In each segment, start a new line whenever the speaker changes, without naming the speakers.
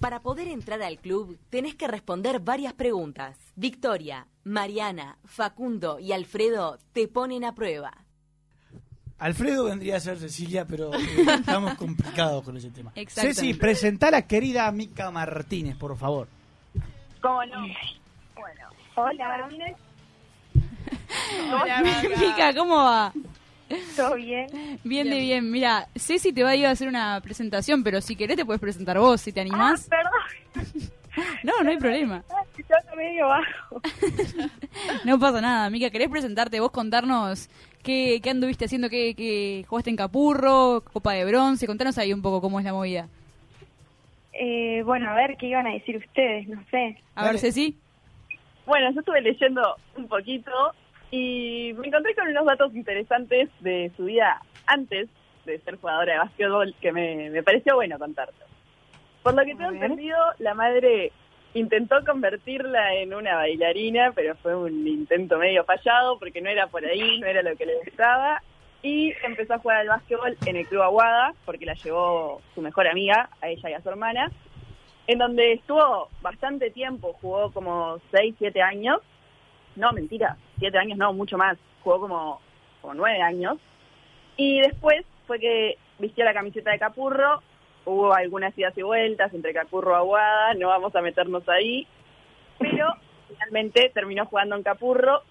Para poder entrar al club, tenés que responder varias preguntas. Victoria, Mariana, Facundo y Alfredo te ponen a prueba.
Alfredo vendría a ser Cecilia, pero eh, estamos complicados con ese tema.
Exacto.
Ceci, presentá a la querida Mica Martínez, por favor.
¿Cómo no? Bueno, hola Martínez,
Hola, Mica, ¿cómo va?
¿todo bien?
Bien de bien. Mira, Ceci te va a ir a hacer una presentación, pero si querés te puedes presentar vos, si te animás.
Ah, perdón,
No, no hay problema.
estás medio bajo.
No pasa nada. Mica, ¿querés presentarte vos, contarnos qué, qué anduviste haciendo, qué, qué jugaste en Capurro, Copa de Bronce? Contanos ahí un poco cómo es la movida.
Eh, bueno, a ver qué iban a decir ustedes, no sé.
A ver,
Dale.
Ceci.
Bueno, yo estuve leyendo un poquito y me encontré con unos datos interesantes de su vida antes de ser jugadora de básquetbol que me, me pareció bueno contarte. Por lo que
A
tengo
ver.
entendido, la madre intentó convertirla en una bailarina, pero fue un intento medio fallado porque no era por ahí, no era lo que le gustaba. Y empezó a jugar al básquetbol en el Club Aguada porque la llevó su mejor amiga, a ella y a su hermana en donde estuvo bastante tiempo, jugó como 6, 7 años, no, mentira, 7 años no, mucho más, jugó como, como 9 años, y después fue que vistió la camiseta de Capurro, hubo algunas idas y vueltas entre Capurro y Aguada, no vamos a meternos ahí, pero finalmente terminó jugando en Capurro,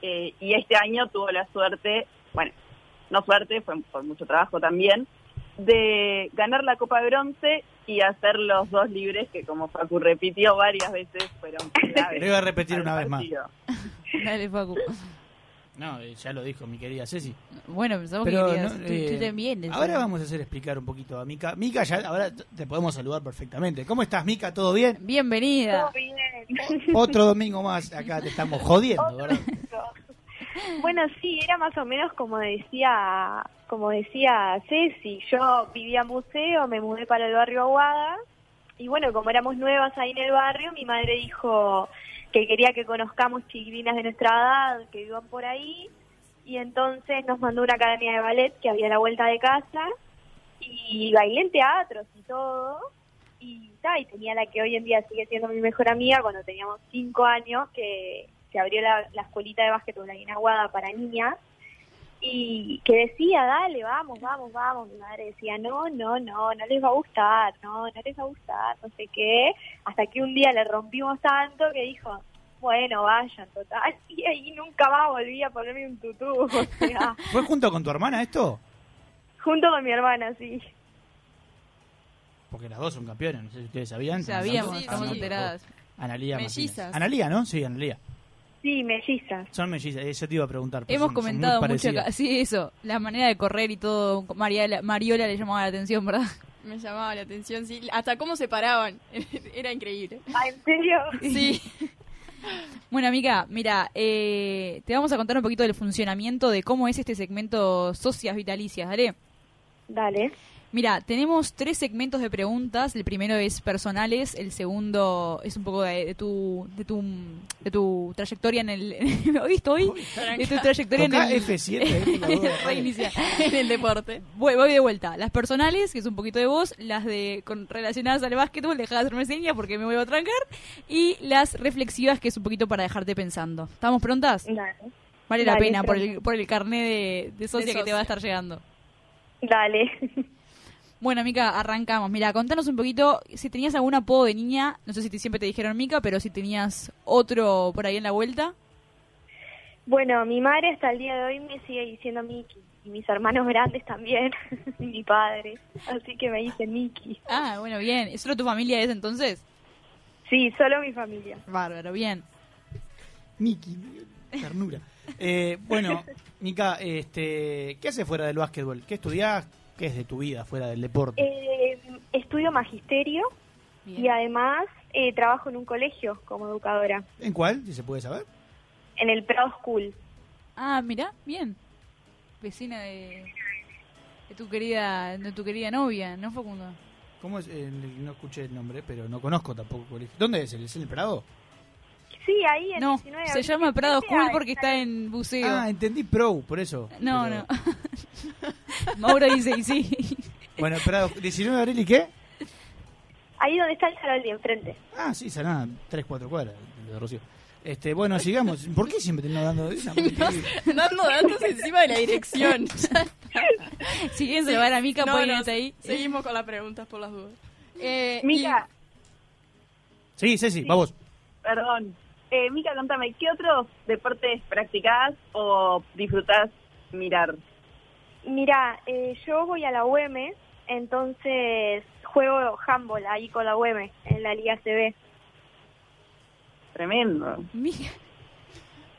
eh, y este año tuvo la suerte, bueno, no suerte, fue por mucho trabajo también, de ganar la Copa de Bronce y hacer los dos libres que como Facu repitió varias veces fueron claves.
Lo iba a repetir
al
una vez más.
partido.
Dale, Facu.
No, eh, ya lo dijo mi querida Ceci.
Bueno, pensamos
Pero
que querías.
no,
tú,
eh,
tú también.
ahora vamos a hacer explicar un poquito a Mica. Mica, ya ahora t- te podemos saludar perfectamente. ¿Cómo estás, Mica? ¿Todo bien?
Bienvenida.
Todo bien.
Otro domingo más acá te estamos jodiendo, ¿verdad?
Bueno, sí, era más o menos como decía como decía Ceci, yo vivía en museo, me mudé para el barrio Aguada y bueno, como éramos nuevas ahí en el barrio, mi madre dijo que quería que conozcamos chiquilinas de nuestra edad, que vivan por ahí y entonces nos mandó una academia de ballet que había a la vuelta de casa y bailé en teatros y todo y, ta, y tenía la que hoy en día sigue siendo mi mejor amiga cuando teníamos cinco años que, que abrió la, la escuelita de básquetbol ahí en Aguada para niñas y que decía dale vamos vamos vamos mi madre decía no no no no les va a gustar no no les va a gustar no sé qué hasta que un día le rompimos tanto que dijo bueno vayan total y ahí nunca más volví a ponerme un tutú o sea,
¿Fue junto con tu hermana esto?
junto con mi hermana sí
Porque las dos son campeonas, no sé si ustedes sabían.
Sabíamos,
Estamos-
estamos
estamos-
enteradas.
Analía Martínez.
Mellizas.
Analía, ¿no? Sí, Analía.
sí mellizas
Son mellizas, eh, yo te iba a preguntar. pues
Hemos
son- son muy
comentado mucho
parecidas.
acá. Sí, eso. La manera de correr y todo. Mariela, Mariola le llamaba la atención, ¿verdad?
Me llamaba la atención, sí. Hasta cómo se paraban. Era increíble.
Ah, en serio
Sí.
Bueno, amiga, mira, eh, te vamos a contar un poquito del funcionamiento de cómo es este segmento Socias Vitalicias, ¿dale?
dale
Mira, tenemos tres segmentos de preguntas. El primero es personales, el segundo es un poco de, de tu, de tu de tu trayectoria en el... ¿Hoy estoy? De tu trayectoria en
Tocá
el...
F7. ahí, por la duda, dale.
Reiniciar.
en el deporte.
Voy, voy de vuelta. Las personales, que es un poquito de vos, las de con, relacionadas al básquetbol, dejá de hacerme señas porque me vuelvo a trancar, y las reflexivas, que es un poquito para dejarte pensando. ¿Estamos prontas?
dale
Vale la
Mm, Dale,
pena por
pronto.
el, por el carnet de, de socia
De
que te va a
socia.
estar llegando.
dale
Bueno, Mica, arrancamos. Mira, contanos un poquito si tenías algún apodo de niña. No sé si te- siempre te dijeron Mica, pero si tenías otro por ahí en la vuelta.
Bueno, mi madre hasta el día de hoy me sigue diciendo Miki y mis hermanos grandes también, y mi padre, así que me dicen Miki.
Ah, bueno, bien. ¿Solo tu familia es entonces?
Sí, solo mi familia.
Bárbaro, bien.
Miki, ternura. Eh, bueno, Mica, este, ¿qué haces fuera del básquetbol? ¿Qué estudiás? ¿Qué es de tu vida fuera del deporte?
Eh, estudio magisterio y además eh, trabajo en un colegio como educadora,
¿En cuál? Si se puede saber.
en el Pro School.
Ah, mira, bien. Vecina de, de tu querida de tu querida novia, ¿no, Facundo?
¿Cómo es? Eh, no escuché el nombre, pero no conozco tampoco el colegio. ¿Dónde es? ¿Es en el Prado?
Sí, ahí en
No,
19 de
se
abril.
llama Prado
Sí,
School
ahí
porque está en buceo.
Ah, entendí Pro, por eso.
no,
Pero-
no. Mauro dice, y sí.
Bueno, Prado, 19 de abril y qué?
Ahí donde está el Saroldi, enfrente.
Ah, sí, salada, tres, cuatro cuadras de Rocío. Este, bueno, sigamos. ¿Por qué siempre te andas dando de esa?
Dando datos encima de la dirección.
Si quieren se lo van a Mica,
No,
pueden
no,
irse ahí.
Seguimos con las preguntas por las dudas. Eh,
Mica,
Sí, Ceci, vamos.
Perdón. Eh, Mica, contame, ¿qué otros deportes practicás o disfrutás mirar?
mira, eh, yo voy a la UM, entonces juego handball ahí con la UM, en la Liga CB.
Tremendo.
Mica,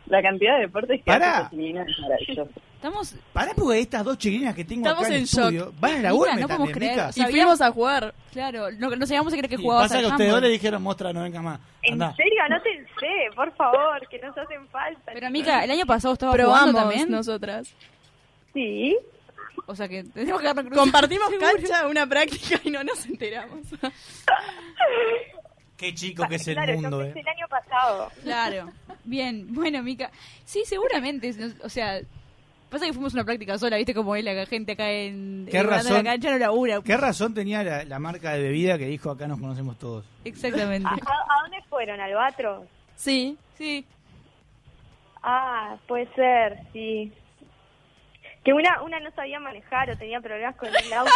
La cantidad de deportes que
Pará.
hace Cecilia es maravillosa.
estamos.
Pará, porque estas dos chiquilinas que tengo
Estamos
acá en el
en shock.
estudio van a la
Mica,
UEM
no podemos
también,
creer,
Mica.
o
y
sea,
fuimos a jugar.
Claro, no, no sabíamos a creer que
Y
jugabas
pasa
al
que ustedes dos
handball.
le dijeron, mostra, no venga más.
En
Andá.
serio, anótense, por favor, que nos hacen falta.
Pero Mica, el año pasado estaba
Probamos
jugando también.
nosotras.
Sí.
O sea que tenemos que darnos cruzadas.
Compartimos
Seguro.
cancha, una práctica y no nos enteramos.
Qué chico que es el
claro, yo
mundo,
empecé
eh.
el año pasado.
Claro. Bien, bueno, Mica. Sí, seguramente. no- O sea, pasa que fuimos a una práctica sola, ¿viste? Como es la gente acá en.
Qué
en la-
razón.
la cancha no labura.
¿Qué razón tenía la, la marca de bebida que dijo acá nos conocemos todos?
Exactamente.
¿A,
Ah.
a- a dónde fueron, Albatros?
Sí.
Sí.
Ah, puede ser, sí. Que una, una no sabía manejar o tenía problemas con el auto.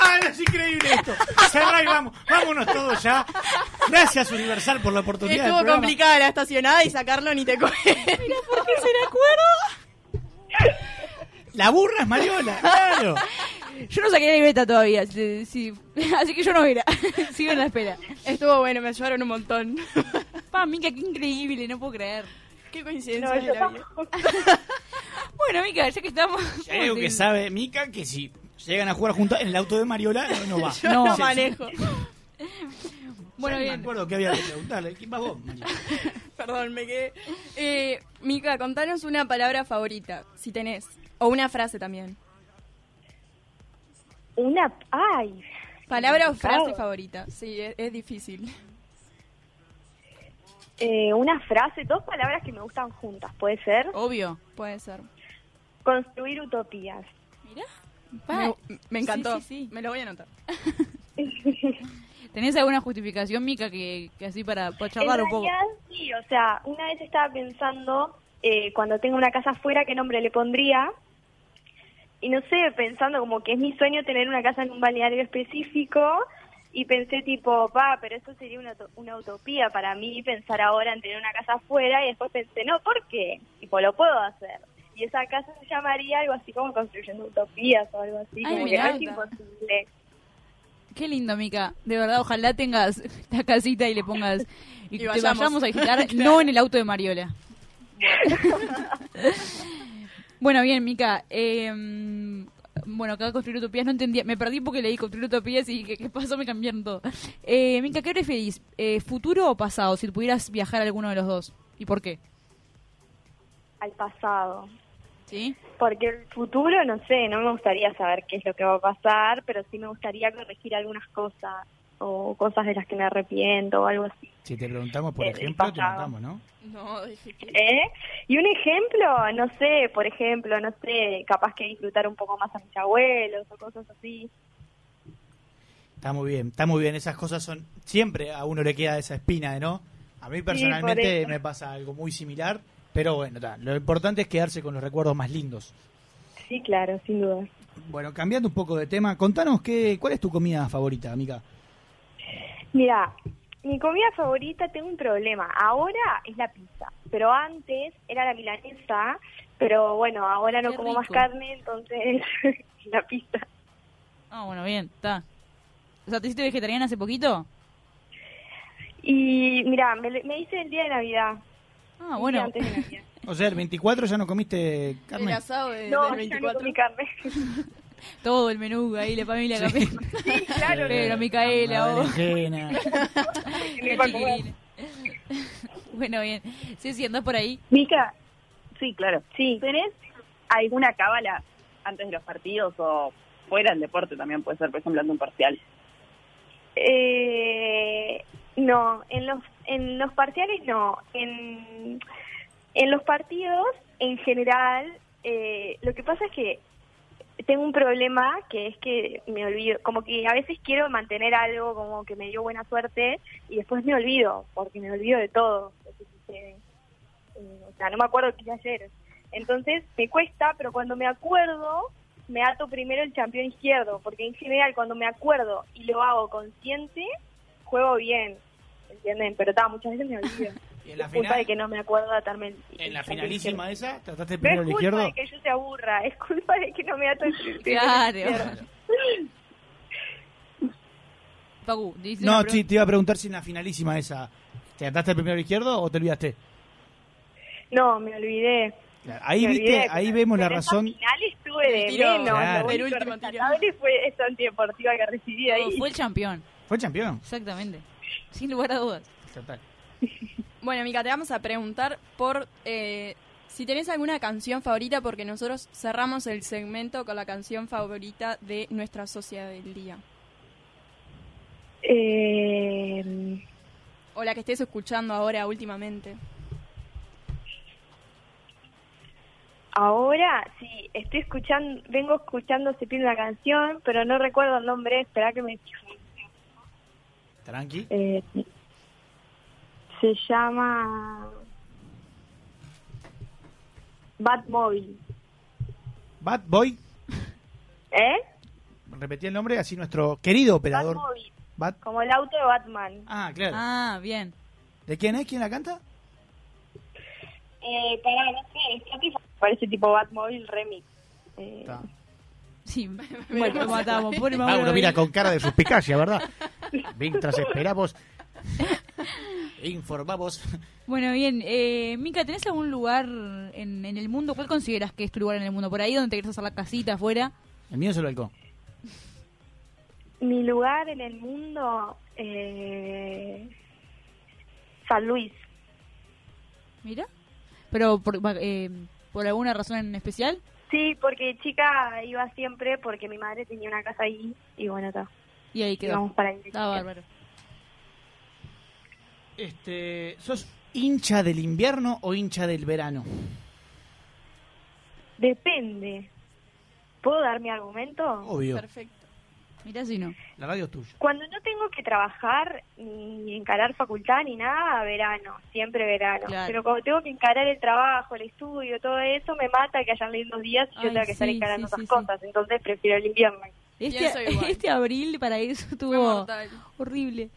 ¡Ah, no, es increíble esto! Cerrá y vamos. Vámonos todos ya. Gracias, Universal, por la oportunidad. del
Estuvo
programa.
complicada la estacionada y sacarlo ni te coge.
¿Por qué será cuero?
La burra es mariola, claro.
Yo no saqué la libreta todavía. si- si- así que yo no era. Sigo en la espera.
Estuvo bueno, me ayudaron un montón.
Pa, Mica, qué increíble, no puedo creer.
Qué
No,
coincidencia de
yo
la vida.
tampoco.
Bueno, Mica, ya que estamos.
Ya digo que sabe Mica que si llegan a jugar juntas en el auto de Mariola, no, no va.
Yo no,
No.
manejo.
Bueno,
Ya ni
bien.
Me acuerdo que había que preguntarle. ¿Quién vas vos, Mariola?
Perdón, me quedé. Eh, Mica, contanos una palabra favorita, si tenés. O una frase también.
Una. ¡Ay!
Palabra o frase
Complicado.
favorita. Sí, es, es difícil.
eh, una frase, dos palabras que me gustan juntas, ¿puede ser?
Obvio.
Puede ser.
Construir utopías.
Pa,
Me, me encantó.
Sí, sí, sí.
Me lo voy a anotar.
¿Tenés alguna justificación, Mica, que, que así para, para charlar
en
un poco?
realidad, sí, o sea, una vez estaba pensando, eh, cuando tenga una casa afuera, qué nombre le pondría. Y no sé, pensando como que es mi sueño tener una casa en un balneario específico. Y pensé tipo, va, pero eso sería una, uto- una utopía para mí pensar ahora en tener una casa afuera. Y después pensé, no, ¿por qué? Tipo, lo puedo hacer. Y esa casa se llamaría algo así como construyendo utopías o algo así.
Ay,
como
me
que no es
encanta.
imposible.
Qué lindo, Mica. De verdad, ojalá tengas esta casita y le pongas. Y,
Y
te
vayamos.
vayamos a visitar, no en el auto de Mariola. bueno, bien, Mica. eh, bueno, acá construir utopías no entendía. Me perdí porque leí construir utopías y ¿qué, qué pasó? Me cambiaron todo. Eh, Mica, ¿qué preferís? Eh, ¿Futuro o pasado? Si pudieras viajar a alguno de los dos. ¿Y por qué?
Al pasado.
¿Sí?
Porque el futuro, no sé, no me gustaría saber qué es lo que va a pasar, pero sí me gustaría corregir algunas cosas o cosas de las que me arrepiento o algo así.
Si te preguntamos, por
Eh, del
ejemplo, te
pasado.
matamos, ¿no?
No, difícil.
¿Eh? Y un ejemplo, no sé, por ejemplo, no sé, capaz que disfrutar un poco más a mis abuelos o cosas así.
Está muy bien, está muy bien. Esas cosas son. Siempre a uno le queda esa espina, de ¿no? A mí personalmente
eso.
me pasa algo muy similar. Pero bueno, ta, lo importante es quedarse con los recuerdos más lindos.
Sí, claro, sin duda.
Bueno, cambiando un poco de tema, contanos qué, cuál es tu comida favorita, amiga.
Mira, mi comida favorita tengo un problema. Ahora es la pizza, pero antes era la milanesa, pero bueno, ahora no
Qué
como más
rico.
carne, entonces la pizza.
Ah, bueno, bien, está. O sea, ¿te hiciste vegetariana hace poquito?
Y mira, me, me hice el día de Navidad.
Ah,
Sí,
bueno.
antes de Navidad.
O sea, el 24 ya no comiste
El
carne.
asado de,
No,
del
yo no
24.
comí carne.
Todo el menú ahí, la familia
Sí.
Capel.
claro.
Pero, Micaela,
La
vos.
Eh, berenjena.
me iba a comer.
Chiquilines. bueno, bien. Sí, sí, andás por ahí.
Mica, sí, claro.
Sí.
¿Tenés alguna cábala antes de los partidos o fuera del deporte también puede ser, por ejemplo, ante un parcial?
Eh, no, en los, en los parciales no. En, en los partidos, en general, eh, lo que pasa es que tengo un problema que es que me olvido, como que a veces quiero mantener algo como que me dio buena suerte y después me olvido, porque me olvido de todo lo que sucede. Eh, o sea, no me acuerdo qué hice ayer. Entonces me cuesta, pero cuando me acuerdo, me ato primero el campeón izquierdo, porque en general cuando me acuerdo y lo hago consciente, juego bien, ¿entienden? Pero ta, muchas veces me olvido.
Y en la
Es culpa de
final,
que no me acuerdo de atarme el
en la
el campeón
finalísima esa, trataste
izquierdo.
primero
No
el izquierdo.
es culpa de que yo se aburra, es culpa de que no me ato el campeón
Claro. Facu, dice
No,
una
sí,
pregunta.
te iba a preguntar si en la finalísima esa, ¿te ataste primero el izquierdo o te olvidaste?
No, me olvidé.
Claro, Ahí
Me
viste,
olvidé,
ahí
pero-
vemos la
pero esa
razón.
final estuve de
El tiro,
menos.
claro.
Lo
el
único
último tiro.
rescatable fue esa antideportiva que recibí ahí.
No, Fue el campeón,
Fue campeón.
exactamente. Sin lugar a dudas.
Total.
Bueno, Mica, te vamos a preguntar por eh, si tenés alguna canción favorita, porque nosotros cerramos el segmento con la canción favorita de nuestra sociedad del día.
Eh,
O la que estés escuchando ahora últimamente.
ahora sí, estoy escuchando, vengo escuchando se pierde una canción, pero no recuerdo el nombre. Espera que me fije.
Tranqui.
Eh, se llama Batmobile,
Bad Boy,
¿eh?
repetí el nombre, así nuestro querido operador.
Batmobile,
Bad.
como el auto de Batman.
Ah, claro.
Ah, bien.
¿De quién es? ¿Quién la canta?
Eh, pará, no sé, Spotify parece tipo Batmobile remix. Eh,
Está.
Sí, bueno, lo matamos. Pobre
Mauro
Mauro.
mira con cara de suspicacia, ¿verdad? Mientras esperamos, informamos.
Bueno, bien. Eh, Mica, ¿tenés algún lugar en, en el mundo? ¿Cuál consideras que es tu lugar en el mundo? ¿Por ahí donde te querés hacer la casita afuera?
El mío es el balcón.
Mi lugar en el mundo, eh, San Luis.
Mira. ¿Pero por, va- eh, por alguna razón en especial?
Sí, porque chica iba siempre porque mi madre tenía una casa ahí y bueno, está.
Y ahí
Íbamos
quedó.
para ahí.
Está bárbaro.
Este, ¿Sos hincha del invierno o hincha del verano?
Depende. ¿Puedo dar mi argumento?
Obvio.
Perfecto.
Mirá si no.
La radio es tuya.
Cuando no tengo que trabajar ni encarar facultad ni nada, verano, siempre verano.
Claro.
Pero cuando tengo que encarar el trabajo, el estudio, todo eso, me mata que hayan lindos días y yo
Ay,
tenga que estar
sí,
encarando
sí,
esas
sí, sí.
cosas. Entonces prefiero el invierno.
Este,
Pienso igual.
este abril para eso
Fue
estuvo
mortal.
horrible.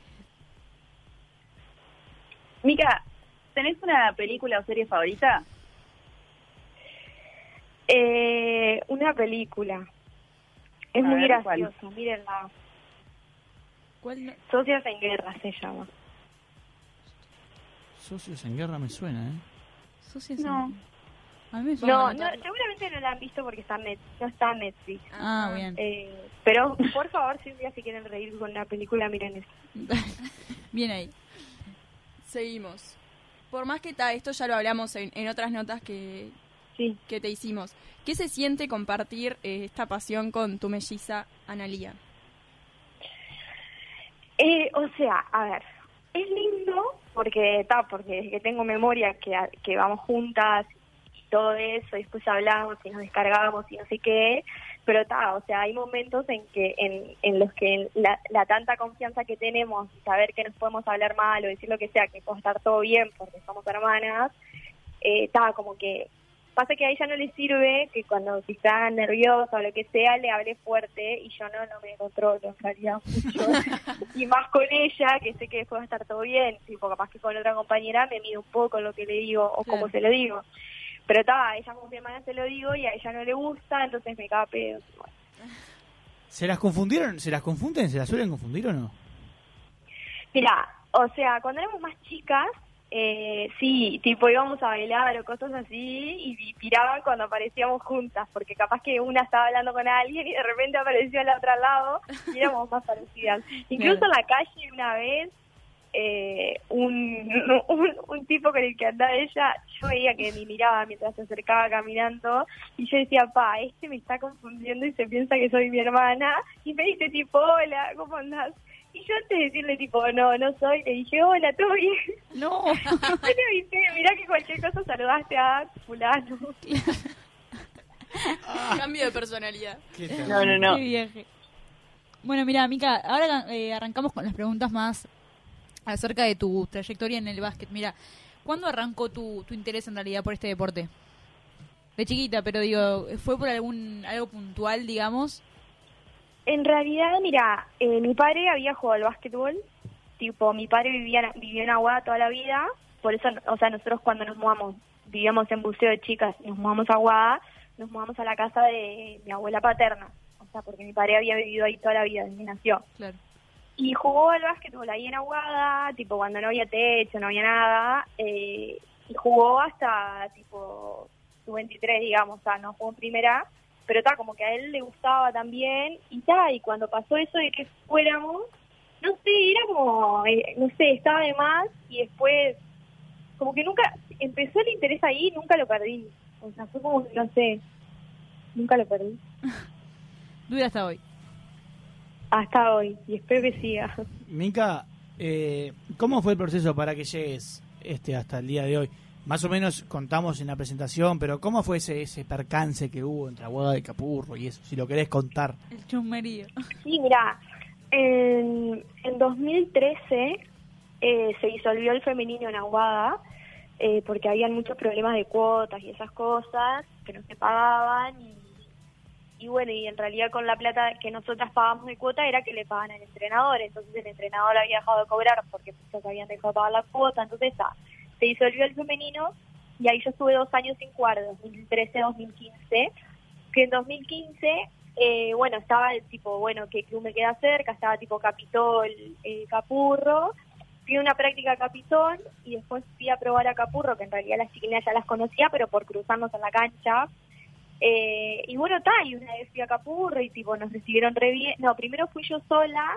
Mica, ¿tenés una película o serie favorita?
Eh, una película. Es
A
muy
ver, ¿cuál?
graciosa, mírenla.
¿Cuál no?
Socias en Guerra se llama.
Socios en guerra me suena, ¿eh?
¿Socias?
No.
A mí me suena
No,
la-
no, seguramente no la han visto porque está en Net- no está en Netflix.
Ah, bien.
Eh, pero por favor, si un día se quieren reír con una película, miren eso.
bien ahí.
Seguimos. Por más que está, esto ya lo hablamos en, en otras notas que,
Sí.
que te hicimos. ¿Qué se siente compartir eh, esta pasión con tu melliza Analía?
Eh, o sea, a ver, es lindo porque está, porque desde que tengo memoria que, a- que vamos juntas y todo eso, y después hablamos y nos descargamos y no sé qué, pero está, o sea, hay momentos en que en, en los que la, la tanta confianza que tenemos, saber que nos podemos hablar mal o decir lo que sea, que puede estar todo bien porque somos hermanas, está como que pasa que a ella no le sirve que cuando si está nerviosa o lo que sea le hable fuerte y yo no no me controlo en realidad mucho y más con ella que sé que después va a estar todo bien tipo capaz que con otra compañera me mido un poco lo que le digo o cómo
Claro.
se lo digo pero está ella como mi hermana se lo digo y a ella no le gusta entonces me caga pedo Bueno.
¿Se las confundieron? ¿Se las confunden? ¿Se las suelen confundir o no?
Mira, o sea, cuando éramos más chicas, eh, sí, tipo íbamos a bailar o cosas así y tiraban cuando aparecíamos juntas, porque capaz que una estaba hablando con alguien y de repente apareció la otra al lado y éramos más parecidas. Incluso en la calle una vez, eh, un, un, un tipo con el que andaba ella, yo veía que me miraba mientras se acercaba caminando y yo decía, pa, este me está confundiendo y se piensa que soy mi hermana y me dice tipo, hola, ¿cómo andás? Y yo antes de decirle tipo, no, no soy, le dije, hola, ¿todo bien?
No.
Yo le avisé, mirá que cualquier cosa saludaste a fulano.
Ah.
Cambio de personalidad.
Qué terrible.
No, no, no.
Qué viaje. Bueno, mira, Mica, ahora eh, arrancamos con las preguntas más acerca de tu trayectoria en el básquet. Mira, ¿cuándo arrancó tu, tu interés en realidad por este deporte? De chiquita, pero digo, ¿fue por algún algo puntual, digamos?
En realidad, mira, eh, mi padre había jugado al básquetbol. Tipo, mi padre vivía, en- vivió en Aguada toda la vida. Por eso, o sea, nosotros cuando nos mudamos, vivíamos en buceo de chicas, nos mudamos a Aguada, nos mudamos a la casa de mi abuela paterna. O sea, porque mi padre había vivido ahí toda la vida, desde que nació.
Claro.
Y jugó al básquetbol ahí en Aguada, tipo, cuando no había techo, no había nada. eh, y jugó hasta, tipo, su 23, digamos. O sea, no jugó en primera pero está como que a él le gustaba también y ta y cuando pasó eso de que fuéramos no sé era como eh, no sé estaba de más y después como que nunca empezó el interés ahí nunca lo perdí o sea fue como no sé nunca lo perdí
Dura hasta hoy.
hasta hoy y espero que siga
Mica, eh, ¿cómo fue el proceso para que llegues este hasta el día de hoy? Más o menos contamos en la presentación, pero ¿cómo fue ese, ese percance que hubo entre Aguada y Capurro y eso? Si lo querés contar.
El chusmerío.
Sí, mira, en, en 2013 eh, se disolvió el femenino en Aguada eh, porque habían muchos problemas de cuotas y esas cosas que no se pagaban y, y bueno, y en realidad con la plata que nosotras pagamos de cuota era que le pagaban al entrenador, entonces el entrenador había dejado de cobrar porque se habían dejado de pagar la cuota, entonces ta, se disolvió el femenino y ahí yo estuve dos años sin jugar, 2013-2015 que en 2015, eh, bueno, estaba el tipo, bueno, que club me queda cerca, estaba tipo Capitol, eh, Capurro, fui a una práctica a Capitol y después fui a probar a Capurro, que en realidad las chiquillas ya las conocía, pero por cruzarnos en la cancha. Eh, y bueno, tal, y una vez fui a Capurro y tipo nos recibieron re bien. No, primero fui yo sola,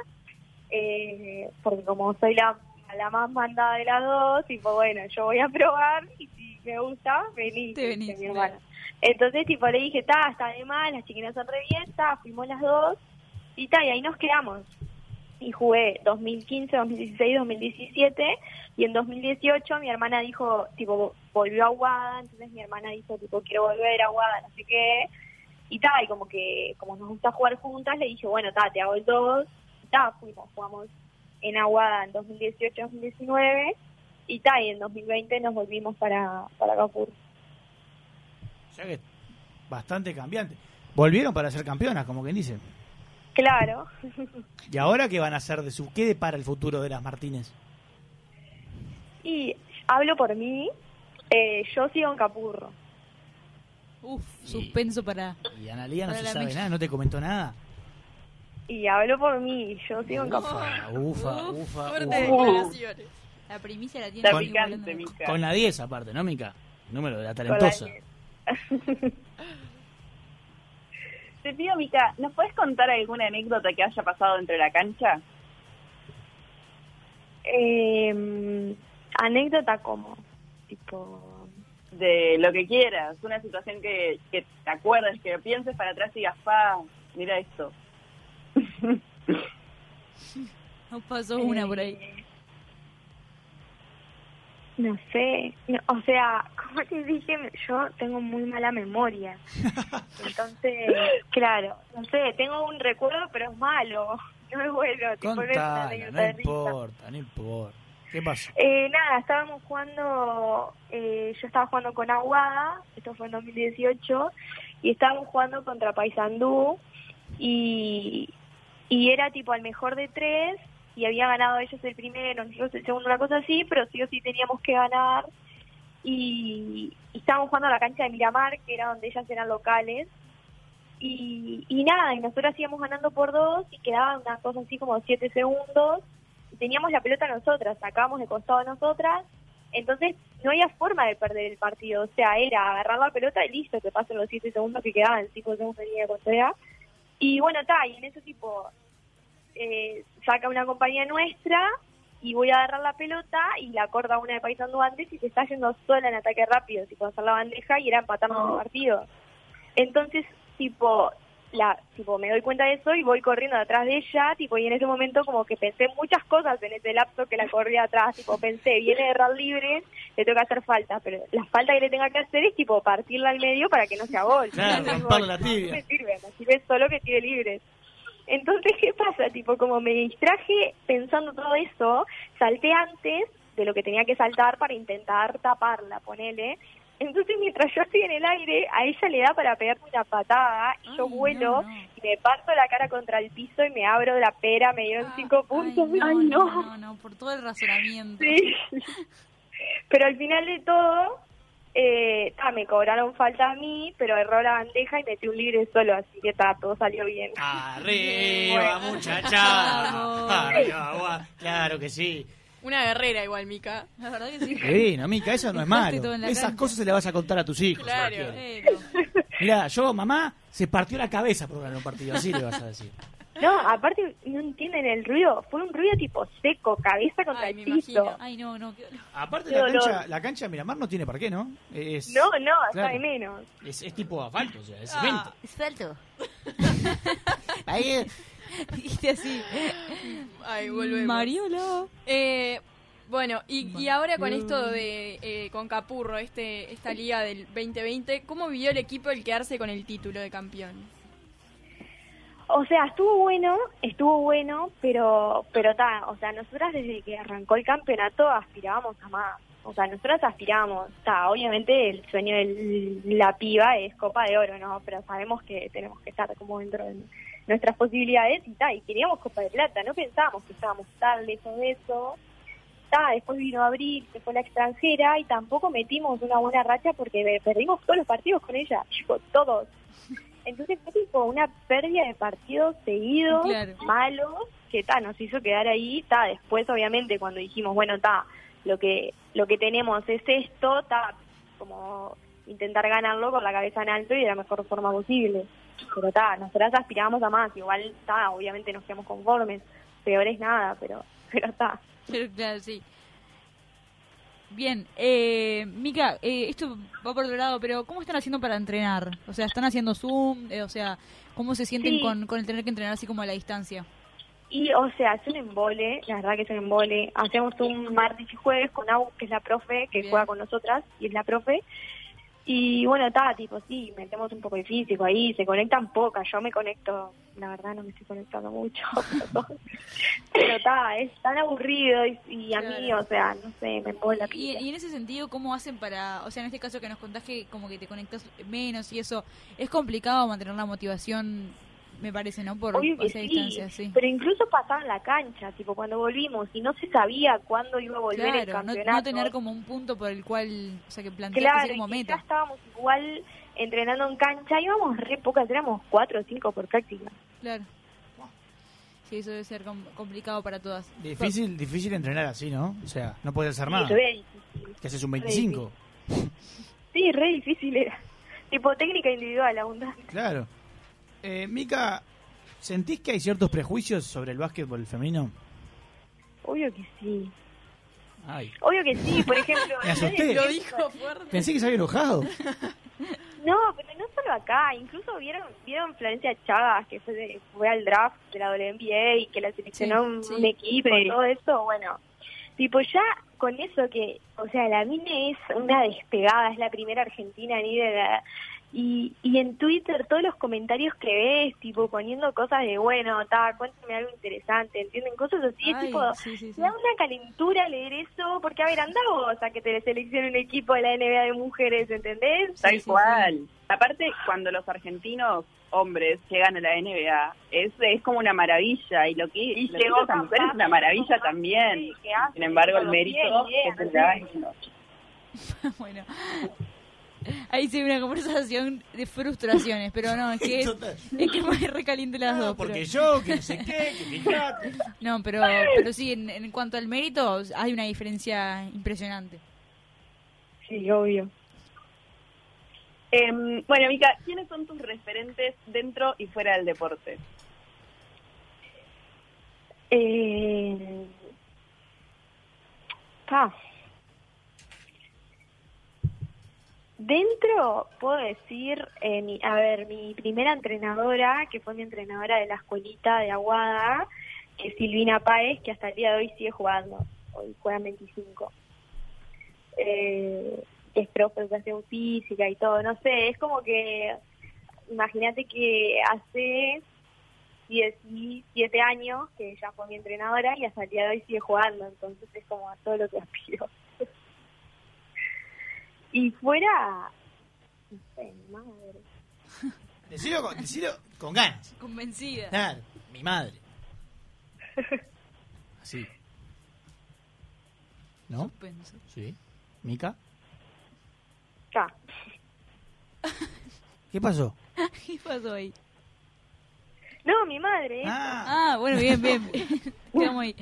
eh, porque como soy la, la más mandada de las dos, tipo, bueno, yo voy a probar y si me gusta, vení.
Te venís,
dice mi
claro.
hermana. Entonces, tipo, le dije, ta, está de mal, las chiquinas son re bien, ta, fuimos las dos, y ta, y ahí nos quedamos. Y jugué 2015, 2016, 2017, y en 2018 mi hermana dijo, tipo, volvió a Aguada, entonces mi hermana dijo, tipo, quiero volver a Aguada, no sé qué, y ta, y como que, como nos gusta jugar juntas, le dije, bueno, ta, te hago el 2, y ta, fuimos, jugamos en Aguada en 2018, 2019, y ta, y en 2020 nos volvimos para, para Capur.
O sea que bastante cambiante. Volvieron para ser campeonas, como quien dice.
Claro.
¿Y ahora qué van a hacer de su qué depara el futuro de las Martínez?
Y hablo por mí, eh, yo sigo en Capurro.
Uf, suspenso para...
Y Analía no
Para
se
la
sabe
milla.
nada, no te comentó nada.
Y hablo por mí, yo sigo en Capurro.
Ufa, ufa,
Uf,
ufa.
fuertes
ufa.
declaraciones.
La primicia la tiene
Está
ahí
picante,
volando.
Mica.
Con la 10 aparte, ¿no, Mica? Número de la
Con la
talentosa.
diez.
Te pido, Mica, ¿nos puedes contar alguna anécdota que haya pasado dentro de la cancha?
Eh, anécdota como, tipo...
De lo que quieras, una situación que, que te acuerdes, que pienses para atrás y digas, "Pa, mira esto.
No pasó una por ahí.
eh, No sé, no, o sea, como te dije, yo tengo muy mala memoria. Entonces, claro, no sé, tengo un recuerdo, pero es malo. No es bueno, tipo, no es una
Contala,
anécdota
no
de risa.
importa, no importa. ¿Qué pasó?
Eh, nada, estábamos jugando, eh, yo estaba jugando con Aguada, esto fue en 2018, y estábamos jugando contra Paysandú, y, y era tipo al mejor de tres, y había ganado ellos el primero, nosotros el segundo, una cosa así, pero sí o sí teníamos que ganar, y, y estábamos jugando a la cancha de Miramar, que era donde ellas eran locales, y, y nada, y nosotros íbamos ganando por dos, y quedaban una cosa así como siete segundos, y teníamos la pelota nosotras, sacábamos de costado a nosotras, entonces no había forma de perder el partido, o sea, era agarrar la pelota y listo, que pasen los 7 segundos que quedaban, 5 segundos tenía de contra. Y bueno, está, y en eso tipo, eh, saca una compañía nuestra y voy a agarrar la pelota y la corta una de Paisandú antes y se está yendo sola en ataque rápido, tipo, hacer la bandeja y era empatarnos el partido. Entonces, tipo, la, tipo, me doy cuenta de eso y voy corriendo detrás de ella, tipo, y en ese momento como que pensé muchas cosas en ese lapso que la corría atrás, tipo, pensé, viene de errar libre, le tengo que hacer falta, pero la falta que le tenga que hacer es, tipo, partirla al medio para que no sea gol.
Claro,
Tipo,
romper la
no
tibia.
me sirve, me sirve solo que tire libre. Entonces, ¿qué pasa? Tipo, como me distraje pensando todo eso, salté antes de lo que tenía que saltar para intentar taparla, ponele. Entonces, mientras yo estoy en el aire, a ella le da para pegarme una patada, y yo
Ay, no,
vuelo,
no.
y me parto la cara contra el piso y me abro la pera, me dieron cinco puntos.
Ah, Ay, no, no, no, no, por todo el razonamiento.
Sí. Pero al final de todo, eh, ah, me cobraron falta a mí, pero erró la bandeja y metí un libre solo, así que está, todo salió bien.
Arriba,
Bueno.
Vamos.
muchacha. Arriba, gua- Claro que sí.
Una guerrera igual, Mica.
La verdad que sí.
Bueno, Mica, eso no es
Dejaste
malo.
todo en la
Esas
cancha.
cosas se las vas a contar a tus hijos. si
Claro.
las quieres.
Eh, no.
Mirá, yo, mamá, se partió la cabeza por ganar un partido. Así le vas a decir.
No, aparte, no entienden el ruido. Fue un ruido tipo seco, cabeza contra
Ay,
el
me
piso.
imagino.
Ay, no, no. qué-
Aparte,
Qué
la
dolor.
cancha, la cancha de Miramar no tiene parqué, ¿no? Es,
No, no, hasta
Claro.
de menos.
es, es tipo asfalto, o sea, es
Ah.
cemento.
Esfalto.
Ahí,
Dijiste así.
Ay, volvemos.
Mariolo.
Eh, bueno, y, y ahora con
Mariolo.
esto de eh, con Capurro, este esta liga del 2020, ¿cómo vivió el equipo el quedarse con el título de campeón?
O sea, estuvo bueno, estuvo bueno, pero pero ta, o sea, nosotras desde que arrancó el campeonato aspirábamos a más. O sea, nosotras aspirábamos, ta, obviamente el sueño de la piba es Copa de Oro, ¿no? Pero sabemos que tenemos que estar como dentro de nuestras posibilidades y ta, y queríamos Copa de Plata, no pensábamos que estábamos tan lejos de eso. Ta, después vino Abril, que fue la extranjera y tampoco metimos una buena racha porque perdimos todos los partidos con ella, tipo, todos. Entonces fue tipo una pérdida de partidos seguidos,
Claro.
malos, que ta, nos hizo quedar ahí, ta, después obviamente cuando dijimos, bueno, ta, lo que, lo que tenemos es esto, ta, como intentar ganarlo con la cabeza en alto y de la mejor forma posible. Pero ta, nosotras aspirábamos a más, igual ta, obviamente nos quedamos conformes, peor es nada, pero, pero ta.
Pero claro, sí. Bien, eh, Mica, eh, esto va por otro lado, pero ¿cómo están haciendo para entrenar? O sea, ¿están haciendo Zoom? Eh, o sea, ¿cómo se sienten
Sí.
con, con el tener que entrenar así como a la distancia?
Y, o sea, es un embole, la verdad que es un embole. Hacemos un martes y jueves con Au, que es la profe, que
Bien.
juega con nosotras y es la profe. Y bueno, está, tipo, sí, metemos un poco de físico ahí, se conectan pocas, yo me conecto, la verdad no me estoy conectando mucho, perdón. pero está, es tan aburrido y, y a mí,
Claro.
o sea, no sé, me embola.
Y,
pila.
y en ese sentido, ¿cómo hacen para, o sea, en este caso que nos contás que como que te conectas menos y eso, es complicado mantener la motivación, me parece, ¿no? Por
Obvio que
esa distancia, sí.
Pero incluso pasaba en la cancha, tipo cuando volvimos y no se sabía cuándo iba a volver el
Claro, no,
campeonato.
no tener como un punto por el cual, o sea, que planteaste así
Claro,
como
y
meta.
ya estábamos igual entrenando en cancha, íbamos re pocas, éramos cuatro o cinco por práctica.
Claro. Sí, eso debe ser com- complicado para todas.
difícil, difícil entrenar así, ¿no? O sea, no puedes hacer nada.
Sí, re difícil.
Que haces un 25.
Sí, re difícil era. Tipo técnica individual abundante.
Claro. Eh, Mica, ¿sentís que hay ciertos prejuicios sobre el básquetbol femenino?
Obvio que sí.
Ay.
Obvio que sí, por ejemplo.
Me asusté.
Lo dijo fuerte.
Pensé que se había enojado.
No, pero no solo acá, incluso vieron vieron Florencia Chagas, que fue, de- fue al draft de la WNBA y que la seleccionó
Sí,
un,
sí.
un equipo
Sí.
y todo eso, bueno, tipo ya con eso que, o sea, la Mine es una despegada, es la primera argentina en ir a la- Y, y en Twitter todos los comentarios que ves, tipo poniendo cosas de, bueno, ta, cuéntame algo interesante, ¿entienden? Cosas así, es
Ay,
tipo,
sí, sí, sí.
me da una calentura leer eso, porque a ver, anda vos a que te seleccione un equipo de la NBA de mujeres, ¿entendés?
Tal
sí, sí.
cual. Aparte, cuando los argentinos hombres llegan a la NBA, es, es como una maravilla. Y lo que,
Y
lo que
llegó
hizo esa mujer
capaz,
es una maravilla
capaz,
también.
sí, que hace,
Sin embargo, el
pero
mérito
bien,
es el
bien.
de
bueno. Ahí se ve una conversación de frustraciones, pero no, es que es,
Total.
es que me recaliente las dos.
porque
pero-
yo, que no sé qué, que fíjate.
no, pero, pero sí, en, en cuanto al mérito, hay una diferencia impresionante.
Sí, obvio.
Em, bueno, Mica, ¿quiénes son tus referentes dentro y fuera del deporte?
Eh... pa. Dentro puedo decir, eh, mi- a ver, mi primera entrenadora, que fue mi entrenadora de la escuelita de Aguada, que es Silvina Páez, que hasta el día de hoy sigue jugando, hoy juega en 25. Eh, que es profe de educación física y todo, no sé, es como que, imagínate que hace 17 años que ella fue mi entrenadora y hasta el día de hoy sigue jugando, entonces es como a todo lo que aspiro. Y fuera. No sé, mi madre.
Decilo con, decilo con ganas.
Convencida.
Claro, mi madre. Así. ¿No?
Suspenso.
Sí. ¿Mica?
Ya.
¿Qué pasó?
¿Qué pasó ahí?
No, mi madre.
Ah,
Ah, bueno, bien, bien. bien. Quedamos ahí.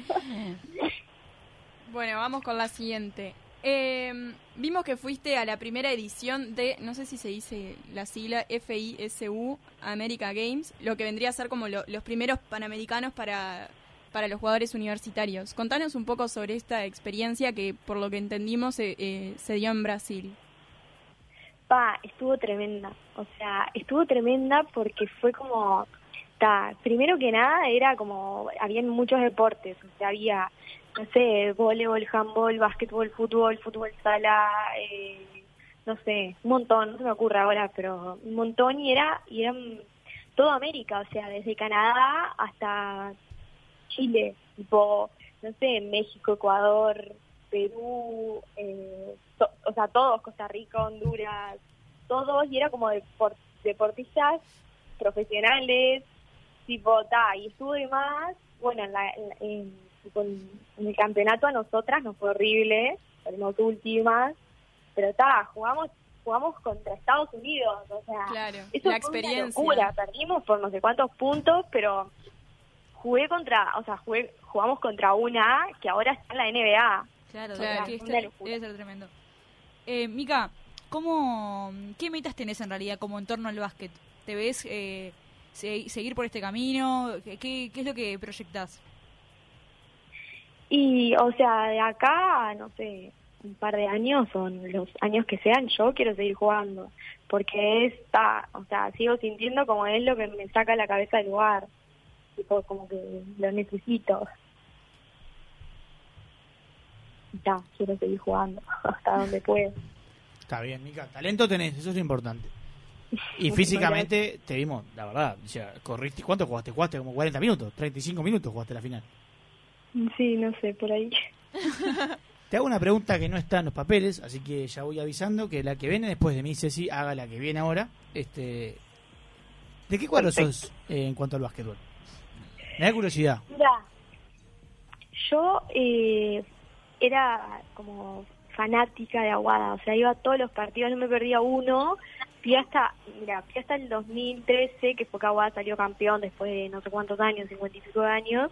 Bueno, vamos con la siguiente. Eh, vimos que fuiste a la primera edición de, no sé si se dice la sigla FISU America Games, lo que vendría a ser como lo- los primeros panamericanos para, para los jugadores universitarios. Contanos un poco sobre esta experiencia que, por lo que entendimos, eh, eh, se dio en Brasil.
Pa, estuvo tremenda. O sea, estuvo tremenda porque fue como. ta, primero que nada, era como. Habían muchos deportes. O sea, había, no sé, voleibol, handball, básquetbol, fútbol, fútbol sala. eh, no sé, un montón. No se me ocurre ahora, pero un montón. Y era. Y eran toda América. O sea, desde Canadá hasta Chile. Tipo, no sé, México, Ecuador, Perú, eh, to- o sea, todos, Costa Rica, Honduras, todos, y era como depor- deportistas profesionales, tipo, ta, y estuvo de más, bueno, en, la- en- en- tipo, en- en el campeonato a nosotras nos fue horrible, salimos últimas, pero ta, jugamos jugamos contra Estados Unidos, o sea,
Claro,
Ah, eso
la
fue una
experiencia.
locura, perdimos por no sé cuántos puntos, pero jugué contra, o sea, jugué, jugamos contra una que ahora está en la NBA,
Claro,
Claro.
debe,
Una
ser-
locura.
debe ser tremendo. Eh, Mica, ¿cómo, ¿qué metas tenés en realidad como en torno al básquet? ¿Te ves eh, se- seguir por este camino? ¿Qué, qué, qué es lo que proyectás?
Y, o sea, de acá, no sé, un par de años o los años que sean, yo quiero seguir jugando. Porque está, o sea, sigo sintiendo como es lo que me saca la cabeza del lugar. Tipo, como que lo necesito. Y ta, quiero seguir jugando hasta donde pueda.
está bien, Mica. Talento tenés, eso es lo importante. Y
Muchas
físicamente te vimos, la verdad. O sea, corriste, ¿cuánto jugaste? Jugaste como 40 minutos, 35 minutos jugaste la final.
Sí, no sé, por ahí.
Te hago una pregunta que no está en los papeles, así que ya voy avisando que la que viene después de mí, Ceci, haga la que viene ahora. Este, ¿De qué cuadro sos eh, en cuanto al básquetbol? Me da curiosidad.
Mira, yo eh, era como fanática de Aguada, o sea, iba a todos los partidos, no me perdía uno. Fui hasta, mira, fui hasta el 2013, que fue que Aguada salió campeón después de no sé cuántos años, 55 años.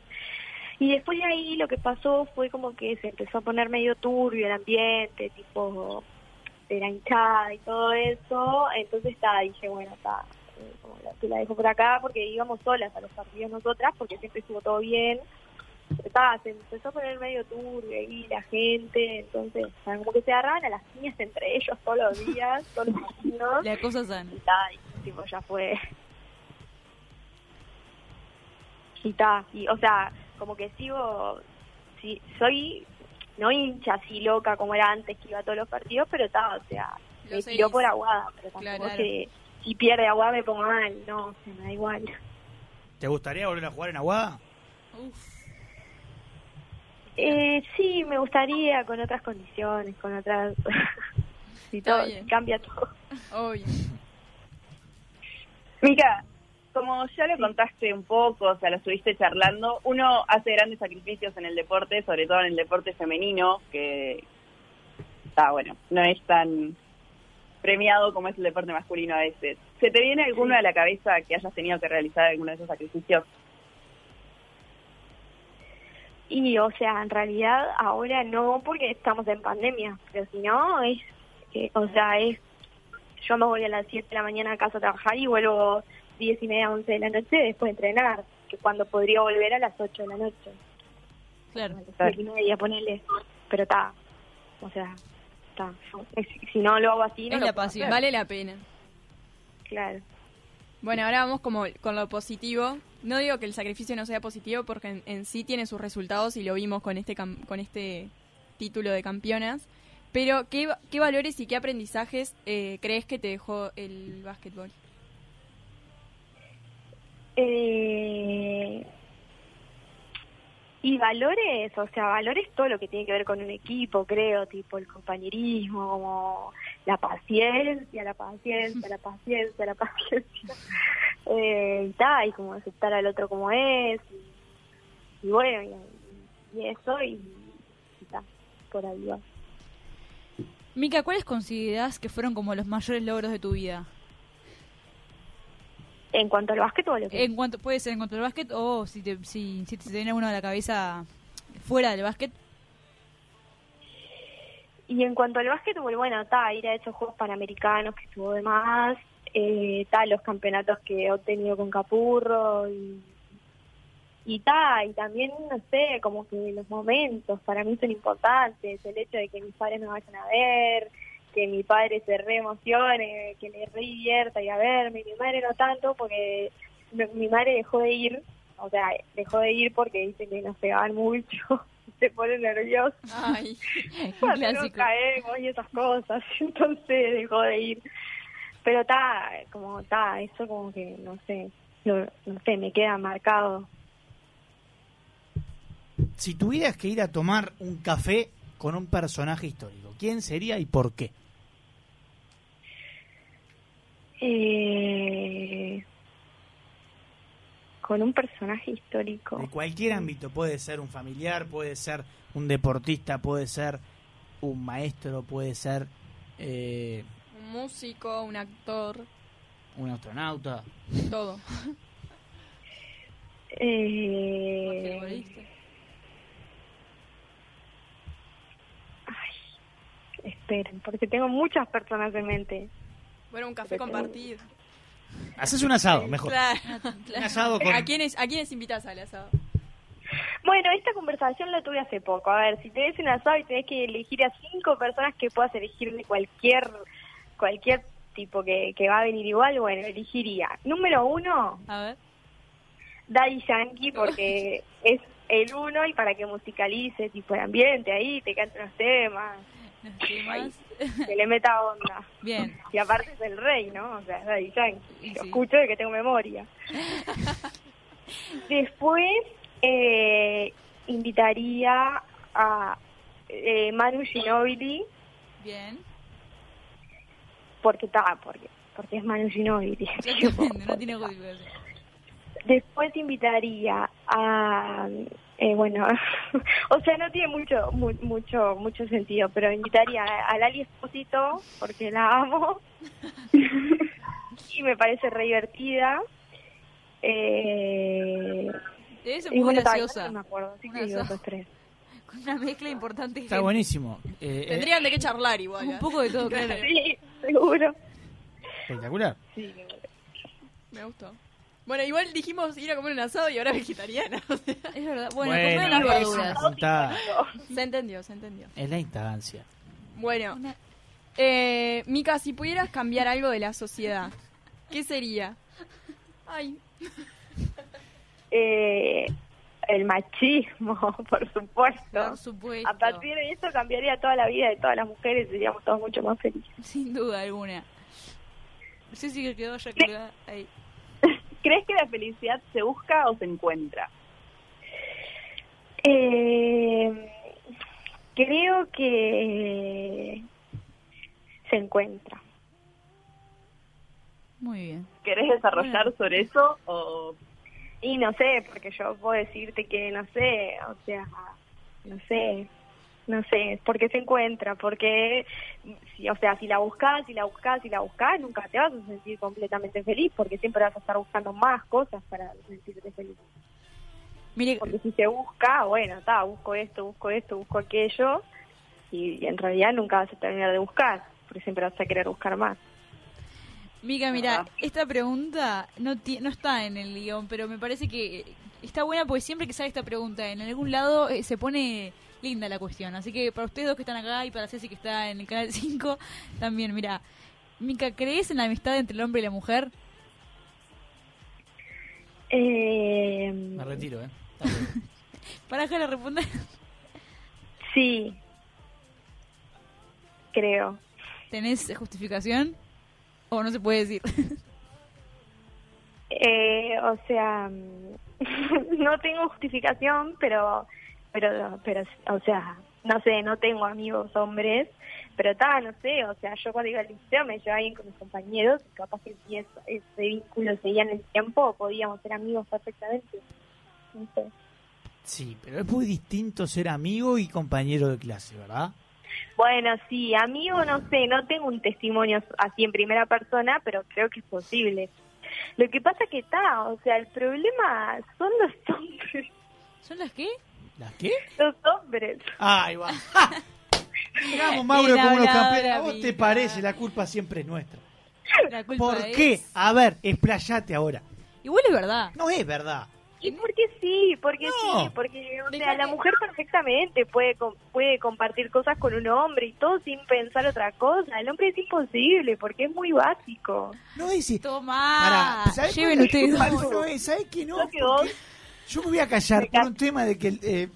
Y después de ahí lo que pasó fue como que se empezó a poner medio turbio el ambiente, tipo de la hinchada y todo eso. Entonces está, dije, bueno, está, eh, como la, te la dejo por acá porque íbamos solas a los partidos nosotras porque siempre estuvo todo bien. Pero ta, se empezó a poner medio turbio ahí la gente, entonces, o sea, como que se agarraban a las piñas entre ellos todos los días, todos los partidos.
La cosa sana.
Y ta, y, tipo, ya fue. Y ta, y, o sea, como que sigo, sí, soy no hincha así loca como era antes que iba a todos los partidos, pero ta, o sea,
Lo
me
seguís.
tiró por aguada, pero tampoco
Claro.
que si pierde aguada me pongo mal, no, o sea, me da igual.
¿Te gustaría volver a jugar en Aguada?
Uf,
Eh, sí, me gustaría con otras condiciones, con otras... si
Está
todo,
bien.
cambia todo.
Obvio.
Mica, como ya lo contaste un poco, o sea, lo estuviste charlando, uno hace grandes sacrificios en el deporte, sobre todo en el deporte femenino, que está bueno, no es tan premiado como es el deporte masculino a veces. ¿Se te viene alguno a la cabeza que hayas tenido que realizar alguno de esos sacrificios?
Y, o sea, en realidad ahora no porque estamos en pandemia, pero si no, es, eh, o sea, es, yo me voy a las 7 de la mañana a casa a trabajar y vuelvo 10 y media, 11 de la noche después de entrenar, que cuando podría volver a las 8 de la noche,
claro.
a las 7 y media, ponele, pero está, o sea, está. Yo- es- Si no lo hago así, no
Es
lo
la
puedo
pasión,
hacer.
vale la pena.
Claro.
Bueno, ahora vamos como con lo positivo. No digo que el sacrificio no sea positivo porque en, en sí tiene sus resultados y lo vimos con este cam- con este título de campeonas. Pero ¿qué, va- qué valores y qué aprendizajes eh, crees que te dejó el básquetbol?
Eh, y valores, o sea, valores todo lo que tiene que ver con un equipo, creo, tipo el compañerismo, como la paciencia, la paciencia, la paciencia, la paciencia. Eh, y ta, y como aceptar al otro como es. Y, y bueno, y, y eso, y, y ta, por ahí va.
Mica, ¿cuáles considerás que fueron como los mayores logros de tu vida?
En cuanto al básquetbol, lo que
En cuanto, puede ser en cuanto al básquet o si te, si, si te viene uno a la cabeza fuera del básquet.
Y en cuanto al básquetbol, bueno, ta, ir a esos Juegos Panamericanos que estuvo de más, eh, ta, los campeonatos que he obtenido con Capurro y, y ta, y también, no sé, como que los momentos para mí son importantes, el hecho de que mis padres me vayan a ver, que mi padre se re emocione, que le re divierta y a verme, mi madre no tanto porque no- mi madre dejó de ir, o sea, dejó de ir porque dice que nos pegaban mucho, se pone nerviosa
Ay,
cuando nos caemos y esas cosas, entonces dejó de ir. Pero está, como está, eso como que, no sé, no, no sé, me queda marcado.
Si tuvieras que ir a tomar un café con un personaje histórico, ¿quién sería y por qué?
Eh, con un personaje histórico.
De cualquier ámbito, puede ser un familiar, puede ser un deportista, puede ser un maestro, puede ser eh,
un músico, un actor,
un astronauta.
todo.
Eh,
Basquetbolista.
esperen, porque tengo muchas personas en mente.
Bueno, un café compartido.
Haces un asado, mejor.
Claro,
Un
claro.
asado con... Eh,
¿A quiénes, ¿A quiénes invitas al asado?
Bueno, esta conversación la tuve hace poco. A ver, si tenés un asado y tenés que elegir a cinco personas que puedas elegir de cualquier, cualquier tipo que, que va a venir igual, bueno, elegiría. Número uno,
A ver.
Daddy Yankee, porque es el uno y para que musicalice tipo el ambiente ahí, te cante unos temas,
los temas.
que le meta onda.
Bien.
Y aparte es el rey, ¿no? O sea, es Daddy
Y
Yankee. Lo
sí.
escucho de que tengo memoria. Después eh, invitaría a eh, Manu Ginobili,
Bien.
porque está, porque, porque es Manu Ginobili.
Exactamente, no tiene justificación.
Después invitaría a eh, bueno, o sea, no tiene mucho mu- mucho mucho sentido, pero invitaría a Lali Esposito porque la amo y me parece re divertida. Eh,
Debe ser
y
muy
bueno, ta,
graciosa.
no me acuerdo, sí
Una
que digo
sola.
esos tres.
Con una mezcla importante. de
Está
gente.
buenísimo. Eh, eh,
Tendrían de qué charlar igual. ¿eh?
Un poco de todo, claro.
Sí, seguro.
espectacular.
Sí.
Me gustó. Bueno, igual dijimos ir a comer un asado y ahora vegetariana. o sea.
Es verdad. Bueno,
Bueno,
compré las
es-
verduras.
está-
se entendió, se entendió.
es la instancia.
Bueno, eh, Mica, si pudieras cambiar algo de la sociedad, ¿qué sería? Ay,
Eh, el machismo, por supuesto.
Por supuesto.
A partir de eso cambiaría toda la vida de todas las mujeres, seríamos todos mucho más felices.
Sin duda alguna. Sí, sí que quedó ya colgada ahí.
¿Crees que la felicidad se busca o se encuentra?
Eh, creo que se encuentra.
Muy bien.
¿Querés desarrollar
Bueno.
sobre eso o
Y no sé, porque yo puedo decirte que no sé, o sea, no sé, no sé, porque se encuentra, porque, si, o sea, si la buscas, si la buscas, si la buscas, nunca te vas a sentir completamente feliz, porque siempre vas a estar buscando más cosas para sentirte feliz.
Mire,
Porque si se busca, bueno, está, busco esto, busco esto, busco aquello, y, y en realidad nunca vas a terminar de buscar, porque siempre vas a querer buscar más.
Mica, mira, esta pregunta no, ti- no está en el guión, pero me parece que está buena porque siempre que sale esta pregunta, en algún lado eh, se pone linda la cuestión. Así que para ustedes dos que están acá y para Ceci que está en el canal 5, también, mira, Mica, ¿crees en la amistad entre el hombre y la mujer?
Eh,
Me retiro, ¿eh? Está bien.
Para que le responda.
sí. Creo.
¿Tenés justificación? O no se puede decir.
Eh, o sea, mm, no tengo justificación, pero, pero, pero, o sea, no sé, no tengo amigos hombres, pero tal, no sé, o sea, yo cuando iba al liceo me llevaba bien con mis compañeros, y capaz que si es- ese vínculo seguía en el tiempo, podíamos ser amigos perfectamente. No sé.
Sí, pero es muy distinto ser amigo y compañero de clase, ¿verdad?
Bueno, sí, amigo, no sé, no tengo un testimonio así en primera persona, pero creo que es posible. Lo que pasa que está, o sea, el problema son los hombres,
¿Son las qué?
¿Las qué?
los hombres.
¡Ay, va! Vamos, Mauro,
El
como los
hablador,
campeones. ¿A vos
amiga.
te parece? La culpa siempre es nuestra.
La culpa
¿Por
es-
qué? A ver, explayate ahora.
Igual es verdad.
No es verdad.
Y porque sí, porque
No.
sí, porque o sea,
Dejá
la
que-
mujer perfectamente puede com- puede compartir cosas con un hombre y todo sin pensar otra cosa. El hombre es imposible porque es muy básico.
No dice.
Toma. Lleven ustedes
No,
dos.
no es, ¿sabes qué no?
Creo que vos-
Porque Yo me voy a callar
Me
por
ca-
un tema de que. eh,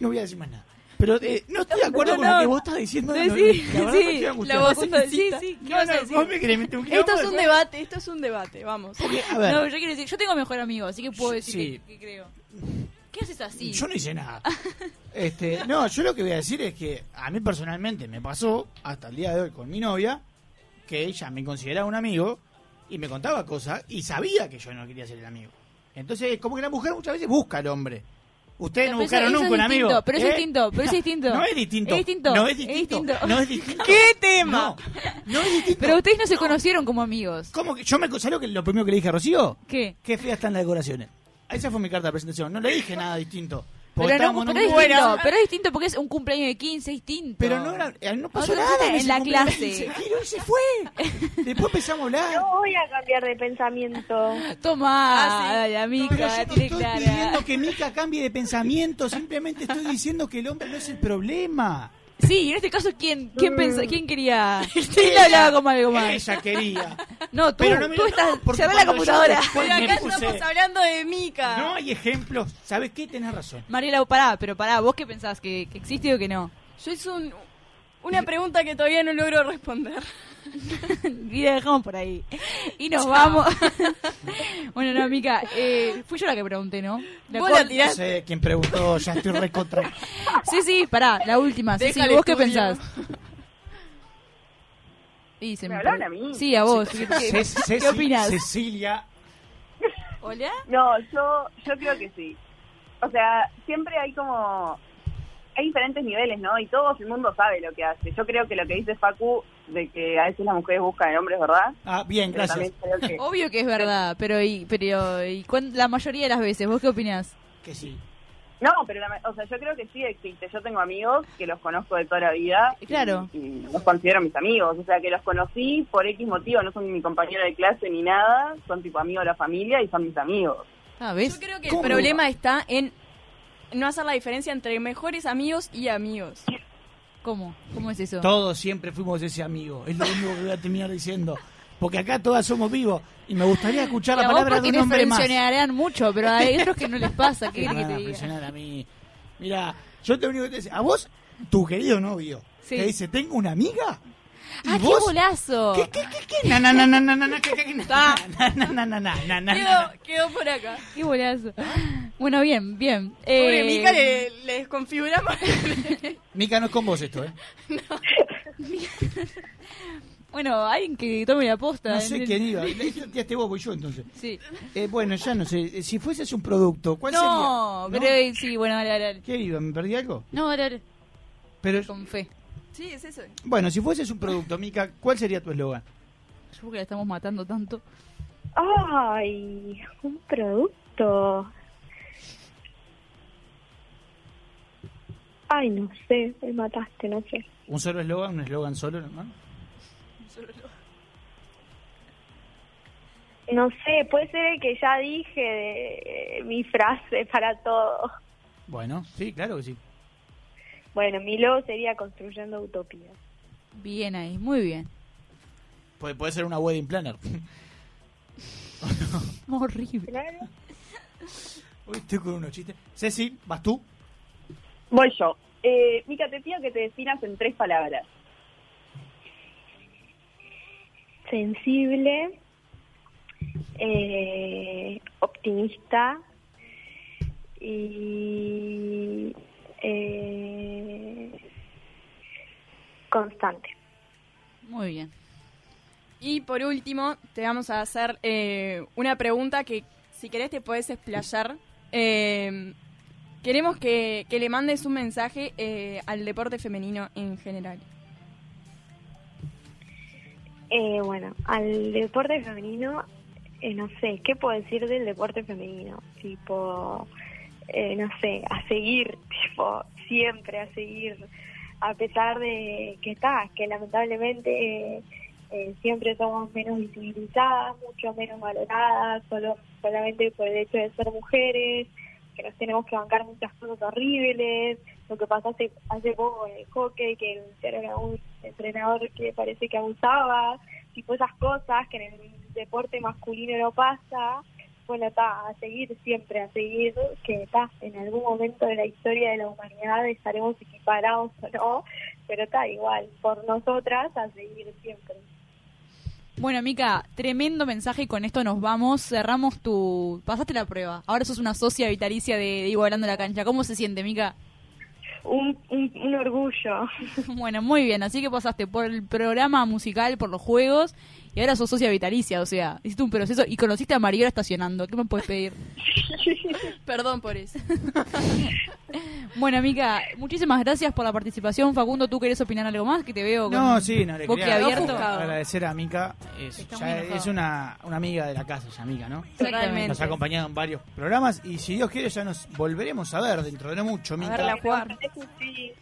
no voy a decir más nada. Pero eh, no estoy de acuerdo
no,
con lo
no.
que vos estás diciendo. no,
Decí,
no, la verdad
sí,
me estoy angustiando.
la voz Sí,
Sí,
sí,
sí,
¿qué
No,
vas a
no,
decir?
vos me querés meter un quilombo
Esto es un
después.
debate, esto es un debate, vamos.
Porque, a ver,
No, yo quiero decir, yo tengo mejor amigo, así que puedo
Yo-
decir
sí.
que, que creo. ¿Qué haces así?
yo no hice nada. Este, no, yo lo que voy a decir es que a mí personalmente me pasó hasta el día de hoy con mi novia que ella me consideraba un amigo y me contaba cosas y sabía que yo no quería ser el amigo. Entonces, como que la mujer muchas veces busca al hombre. Ustedes no,
Pero eso-
buscaron
eso
nunca
es
un
distinto,
amigo.
Pero eso
¿eh?
es distinto, pero eso es distinto.
No es distinto.
Es distinto.
No es distinto.
distinto.
No es distinto.
¿Qué
No,
tema?
no es distinto.
Pero ustedes no se conocieron como amigos.
¿Cómo que yo me ¿sabes lo que lo primero que le dije a Rocío?
¿Qué?
Qué feas están las decoraciones. Esa fue mi carta de presentación. No le dije nada distinto. Porque
Pero, no,
estábamos en
pero,
un
es
lugar-
distinto, pero es distinto porque es un cumpleaños de 15, es distinto.
Pero no, era- eh, no pasó
Otro
nada.
tema Ah, en
ese
la
cumpleaños.
clase.
Se giró y se fue. Después empezamos a hablar.
No voy a cambiar de pensamiento.
Toma,
Ah, sí.
dale, amiga,
Pero yo no
tiene
estoy
clara.
pidiendo que Mica cambie de pensamiento. Simplemente estoy diciendo que el hombre no es el problema.
Sí, en este caso, ¿quién, quién, pensó- quién quería? ¿Quién le hablaba como algo más?
Ella quería.
No, tú,
Pero no me-
tú
no,
estás.
porque
cerrá la
cuando yo
computadora.
después
Pero
me
acá
puse-
estamos hablando de Mica.
No hay ejemplos. ¿Sabes qué? Tenés razón.
Mariela, pará, pero pará, ¿vos qué pensás? ¿Que, que existe o que no?
Yo hice un- una pregunta que todavía no logro responder.
Y la dejamos por ahí. Y nos vamos. bueno, no, Mica, eh, fui yo la que pregunté, ¿no? La
Vos
cor-
la
No
tirás.
sé quién preguntó. Ya estoy recontra.
Sí, sí, pará, la última. Sí, sí,
Deja el
¿vos qué
estudio.
pensás? Y se
¿Me
me
hablaron
perdió.
a mí?
Sí, a vos.
Ce-
¿Qué, qué-
Ceci-
qué opinás?
Cecilia.
¿Hola?
No, yo, yo creo que sí. O sea, siempre hay como... Hay diferentes niveles, ¿no? Y todo el mundo sabe lo que hace. Yo creo que lo que dice Facu, de que a veces las mujeres buscan en hombres, ¿verdad?
Ah, bien,
Pero
gracias.
también creo que...
Obvio que es verdad, pero y, pero y cuán- la mayoría de las veces, ¿vos qué opinás?
Que sí.
No, pero la- o sea, yo creo que sí existe. Yo tengo amigos que los conozco de toda la vida. y-
Claro.
Y, los considero mis amigos. O sea, que los conocí por X motivo. No son mi compañero de clase ni nada. Son tipo amigos de la familia y son mis amigos.
Ah, ¿ves?
Yo creo que
¿Cómo?
el problema está en no hacer la diferencia entre mejores amigos y amigos.
¿Cómo? ¿Cómo es eso?
Todos siempre fuimos ese amigo. Es lo único que voy a terminar diciendo. Porque acá todas somos vivos. Y me gustaría escuchar
Y
la
a vos
palabra de
porque
un
te
hombre más.
presionarán mucho, pero hay otros que no les pasa. ¿Qué
Que me
querés que
van
te
a
diga?
presionar a mí. Mira, yo te único que te decía, a vos, tu querido novio,
Sí.
te dice, tengo una amiga. ¿Y
¡Ah, qué
vos?
golazo!
¿Qué, qué, qué, qué? Na, na, na, na, na, na, na, que- que- que-
Ah.
na, na, na, na, na, na, na, na.
Quedó, quedó por acá.
Qué bolazo. Bueno, bien, bien. Eh,
Pobre Mica, le, le desconfiguramos.
Mica, no es con vos esto, ¿eh?
Bueno, alguien que tome la posta.
No sé
Eh,
quién iba. Le- le tiraste vos, voy yo entonces.
Sí.
Eh, bueno, ya no sé. Eh, Si fueses un producto, ¿cuál
No,
sería?
pero eh, sí, bueno, dale, dale. dale.
¿Qué iba? ¿Me perdí algo?
No, dale, dale.
Pero,
Con fe.
Sí, es eso.
bueno, si fueses un producto, Mica, ¿cuál sería tu eslogan?
Yo creo que la estamos matando tanto.
Ay, un producto. Ay, no sé, me mataste, no sé.
¿Un solo eslogan? ¿Un eslogan solo, hermano?
No sé, puede ser el que ya dije de mi frase para todo.
Bueno, sí, claro que sí.
Bueno, mi logo sería Construyendo Utopías.
Bien ahí, muy bien.
Puede, puede ser una wedding planner.
Horrible.
Claro.
Uy, estoy con unos chistes. Ceci, ¿vas tú?
Voy yo. Eh, Mica, te pido que te definas en tres palabras.
Sensible, eh, optimista y eh, constante.
Muy bien.
Y por último, te vamos a hacer eh, una pregunta que si querés te podés explayar. Eh, queremos que, que le mandes un mensaje eh, al deporte femenino en general.
Eh, bueno, al deporte femenino, eh, no sé, ¿qué puedo decir del deporte femenino? Tipo, eh, no sé, a seguir, tipo, siempre a seguir, a pesar de que está, que lamentablemente eh, eh, siempre somos menos visibilizadas, mucho menos valoradas, solo solamente por el hecho de ser mujeres, que nos tenemos que bancar muchas cosas horribles, lo que pasó hace, hace poco en el hockey, que denunciaron a un entrenador que parece que abusaba, tipo esas cosas que en el deporte masculino no pasa. Bueno, está, a seguir siempre, a seguir, que está, en algún momento de la historia de la humanidad estaremos equiparados o no, pero está igual, por nosotras, a seguir siempre.
Bueno, Mica, tremendo mensaje y con esto nos vamos. Cerramos tu... Pasaste la prueba. Ahora sos una socia vitalicia de Diego Hablando la Cancha. ¿Cómo se siente, Mica?
Un, un, un orgullo.
Bueno, muy bien. Así que pasaste por el programa musical, por los juegos y ahora sos socia vitalicia. O sea, hiciste un proceso y conociste a Mariola estacionando. ¿Qué me puedes pedir?
Perdón por eso.
Bueno, Mica, muchísimas gracias por la participación. Facundo, ¿tú querés opinar algo más? Que te veo. con-
No, sí, no le
boqui
quería
abierto.
agradecer a Mica. Es,
Está
ya
muy
es
enojado.
una, una amiga de la casa, ya Mica, ¿no?
Exactamente.
Nos ha acompañado en varios programas y si Dios quiere ya nos volveremos a ver dentro de no mucho, Mica.
verla jugar.
Sí.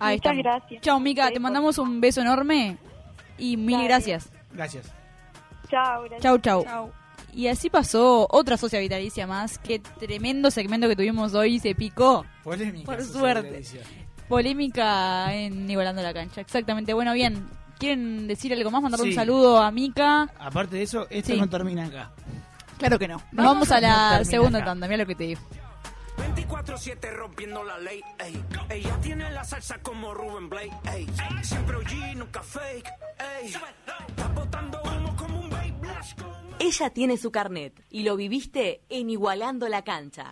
Ahí
Muchas
estamos.
gracias.
Chao, Mica. Te mandamos un beso enorme y mil
Dale.
gracias.
Gracias.
Chao, gracias.
Chau, chau.
Chau.
Y así pasó otra socia vitalicia más. Qué tremendo segmento que tuvimos hoy. Se picó.
Polémica.
Por
eso se
suerte.
le decía.
Polémica en Igualando la Cancha. Exactamente. Bueno, bien. ¿Quieren decir algo más? Mandarle
Sí.
un saludo a Mica.
Aparte de eso, esto
Sí.
no termina acá.
Claro que no. Nos vamos a la
termina
segunda
acá.
tanda. Mira lo que te digo.
24-7 rompiendo la ley, ey. Ella tiene la salsa como Ruben Blake, ey. Siempre OG, nunca fake, ey. Está botando humo como un babe. Blasco.
Ella tiene su carnet y lo viviste en Igualando la Cancha.